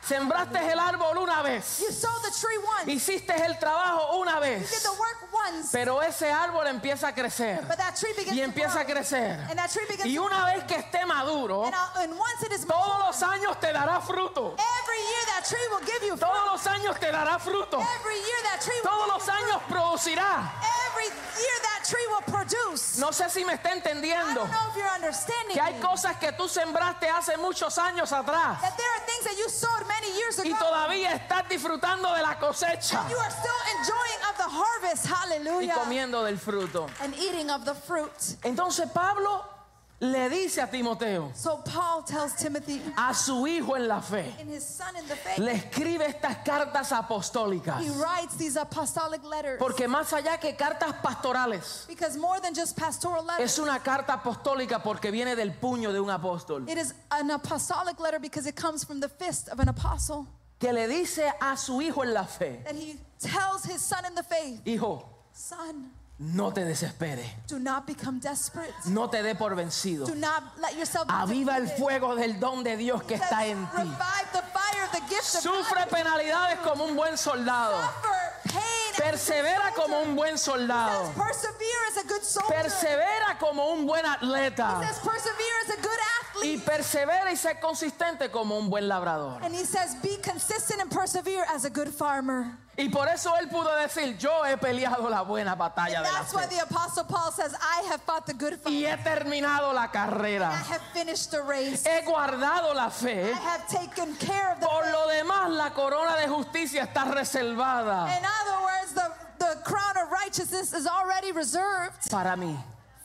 Sembraste el árbol una vez. You sow the tree once. Hiciste el trabajo una You did vez. the work once. Pero ese árbol empieza a crecer. But that tree begins Y to grow. empieza a crecer. And that tree begins Y to una vez que esté maduro, And, uh, and once it is todos mature, los años te dará fruto. every year that tree will give you fruit. Todos los años te dará fruto. Every year that tree will Todos give los you años producirá. fruit. Every year that tree will produce. No sé si me está I entendiendo. don't know if you're understanding Que hay me. cosas que tú sembraste hace muchos años atrás that there are things that you sowed many years ago. y todavía estás disfrutando de la cosecha You are still enjoying of the harvest, y hallelujah, comiendo del fruto. and eating of the fruit. Entonces Pablo le dice a Timoteo, So Paul tells Timothy a su hijo en la fe, and his son in the faith, le escribe estas cartas apostólicas. he writes these apostolic letters Porque más allá que cartas pastorales, because more than just pastoral letters, es una carta apostólica porque viene del puño de un apóstol. it is an apostolic letter because it comes from the fist of an apostle Que le dice a su hijo en la fe, that he tells his son in the faith, hijo, son, no te desesperes, do not become desperate. no te dé por vencido. Do not let yourself be Aviva el defeated. fuego del don de Dios que está Says, en ti. Revive the fire of the gift of Sufre God. penalidades como un buen soldado. Suffer pain as a Persevera soldier. como un buen soldado. Says, persevere as a good soldier. Persevera como un buen atleta. says persevere as a good Y athlete. persevera y sé consistente como un buen labrador. And he says be consistent and persevere as a good farmer. Y por eso él pudo decir, yo he peleado la buena batalla And de la that's why fe. the apostle Paul says I have fought the good fight. Y he terminado la I carrera. have finished the race. He guardado la fe. I have taken care of the Por faith." lo demás, la corona de justicia está reservada In other words, the, the crown of righteousness is already reserved para mí.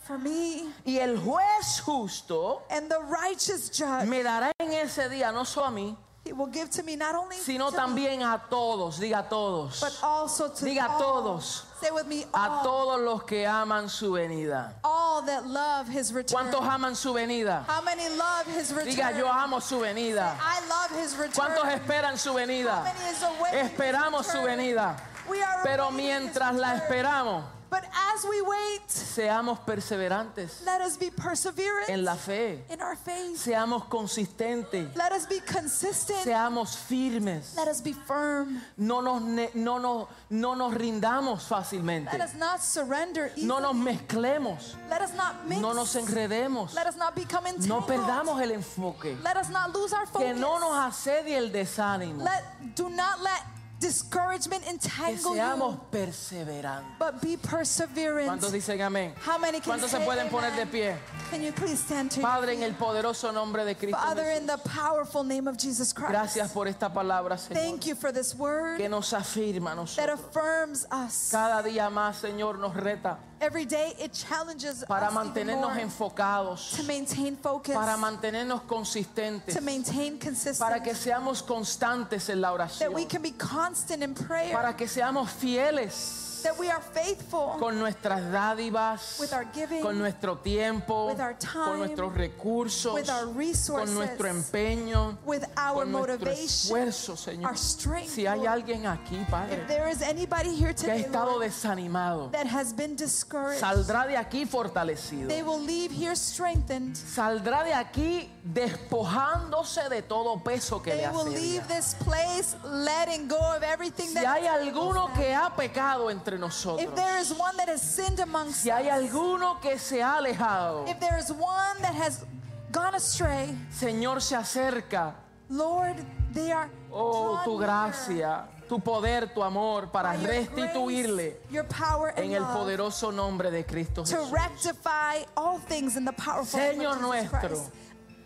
for me. Y el juez justo And the righteous judge, me dará en ese día, no solo a mí, he will give to me not only sino to me, también a todos, diga a but todos, also to Diga a all. todos. Say with me, a all, todos los que aman su venida. all that love his return. ¿Cuántos aman su venida? How many love his return? Diga, yo amo su venida. I love his return. ¿Cuántos esperan su How venida? many is awaiting Esperamos his su return? venida. We are Pero awaiting his mientras la return. esperamos, But as we wait, seamos perseverantes let us be perseverant en la fe. in our faith. Seamos consistentes. Let us be consistent. Seamos firmes. Let us be firm. No nos, ne- no, nos, no nos rindamos Let fácilmente. us not surrender easily. No nos mezclemos. Let us not mix. No nos enredemos. Let us not become No entangled. perdamos el enfoque. Let us not lose our focus. Que no nos asedie el desánimo. let, do not let discouragement Que entangle seamos you, perseverantes. but be perseverant. ¿Cuántos dicen amén? How many can ¿Cuántos se say pueden poner de amen? pie? Can you please stand to your Padre, en feet? el poderoso nombre de Cristo. Father, Jesús, in the powerful name of Jesus Christ, Gracias por esta palabra, Señor. thank you for this word Que nos afirma a that nosotros. affirms us. Cada día más, Señor, nos reta Every day it challenges para us even mantenernos more enfocados, to maintain focus, para mantenernos to consistentes, maintain consistency, para que seamos constantes en la that oración, we can be constant in prayer, para que seamos fieles that we are faithful con nuestras dádivas, With our giving, con nuestro tiempo, with our time, con nuestros recursos, with our resources, con nuestro empeño, with our con nuestro motivation, esfuerzo, Señor. our strength, Si hay Lord. alguien aquí, Padre, If there is anybody here que ha today estado Lord, desanimado, that has been discouraged, saldrá de aquí fortalecido. they will leave here strengthened. Saldrá de aquí despojándose de todo peso que le They will hace. leave this place letting go of everything Si that hay alguno que ha pecado entre If nosotros, there is one that has sinned amongst si hay us, alguno que se ha alejado, if there is one that has gone astray, Señor se acerca. Lord, they are Oh, drawn tu near gracia, tu poder, tu amor para by your restituirle grace, your power and en el love poderoso nombre de Cristo to Jesús. rectify all things in the powerful name of Señor Jesus nuestro, Christ.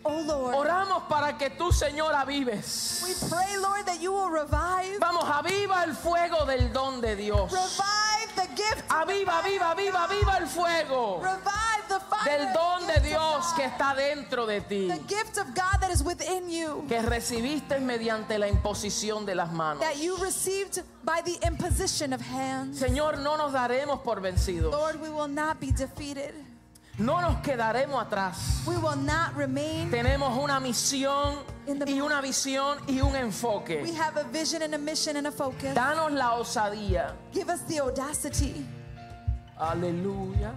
Oh Lord, Oramos para que tú, Señor, avives. we pray, Lord, that you will revive, Vamos, aviva el fuego del don de Dios. revive the gift, of Aviva, aviva, aviva, aviva el fuego revive the fire del don de and gift of Dios que God, está dentro de ti, the gift of God that is within you, que recibiste mediante la imposición de las manos. that you received by the imposition of hands. Señor, no nos daremos por vencidos. Lord, we will not be defeated. No nos quedaremos atrás. We will not remain. Tenemos una misión In the- y una visión y un We enfoque. have a vision and a mission and a focus. Danos la osadía. Give us the audacity. Aleluya.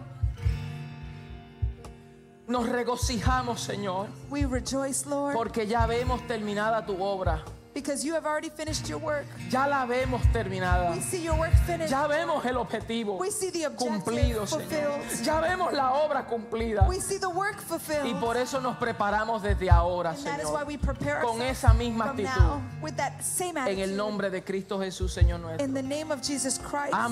Nos regocijamos, Señor, We rejoice, Lord, porque ya vemos terminada tu obra. because you have already finished your work. Ya la vemos terminada. We see your work finished. Ya vemos el objetivo We see the objective cumplido, Señor. fulfilled. Ya vemos la obra cumplida. We see the work Y fulfilled. por eso nos preparamos desde ahora, And that is why Señor. we prepare Con ourselves esa misma from actitud. now with that same En el attitude. nombre de Cristo Jesús, Señor nuestro. In the name of Jesus Christ. Amén.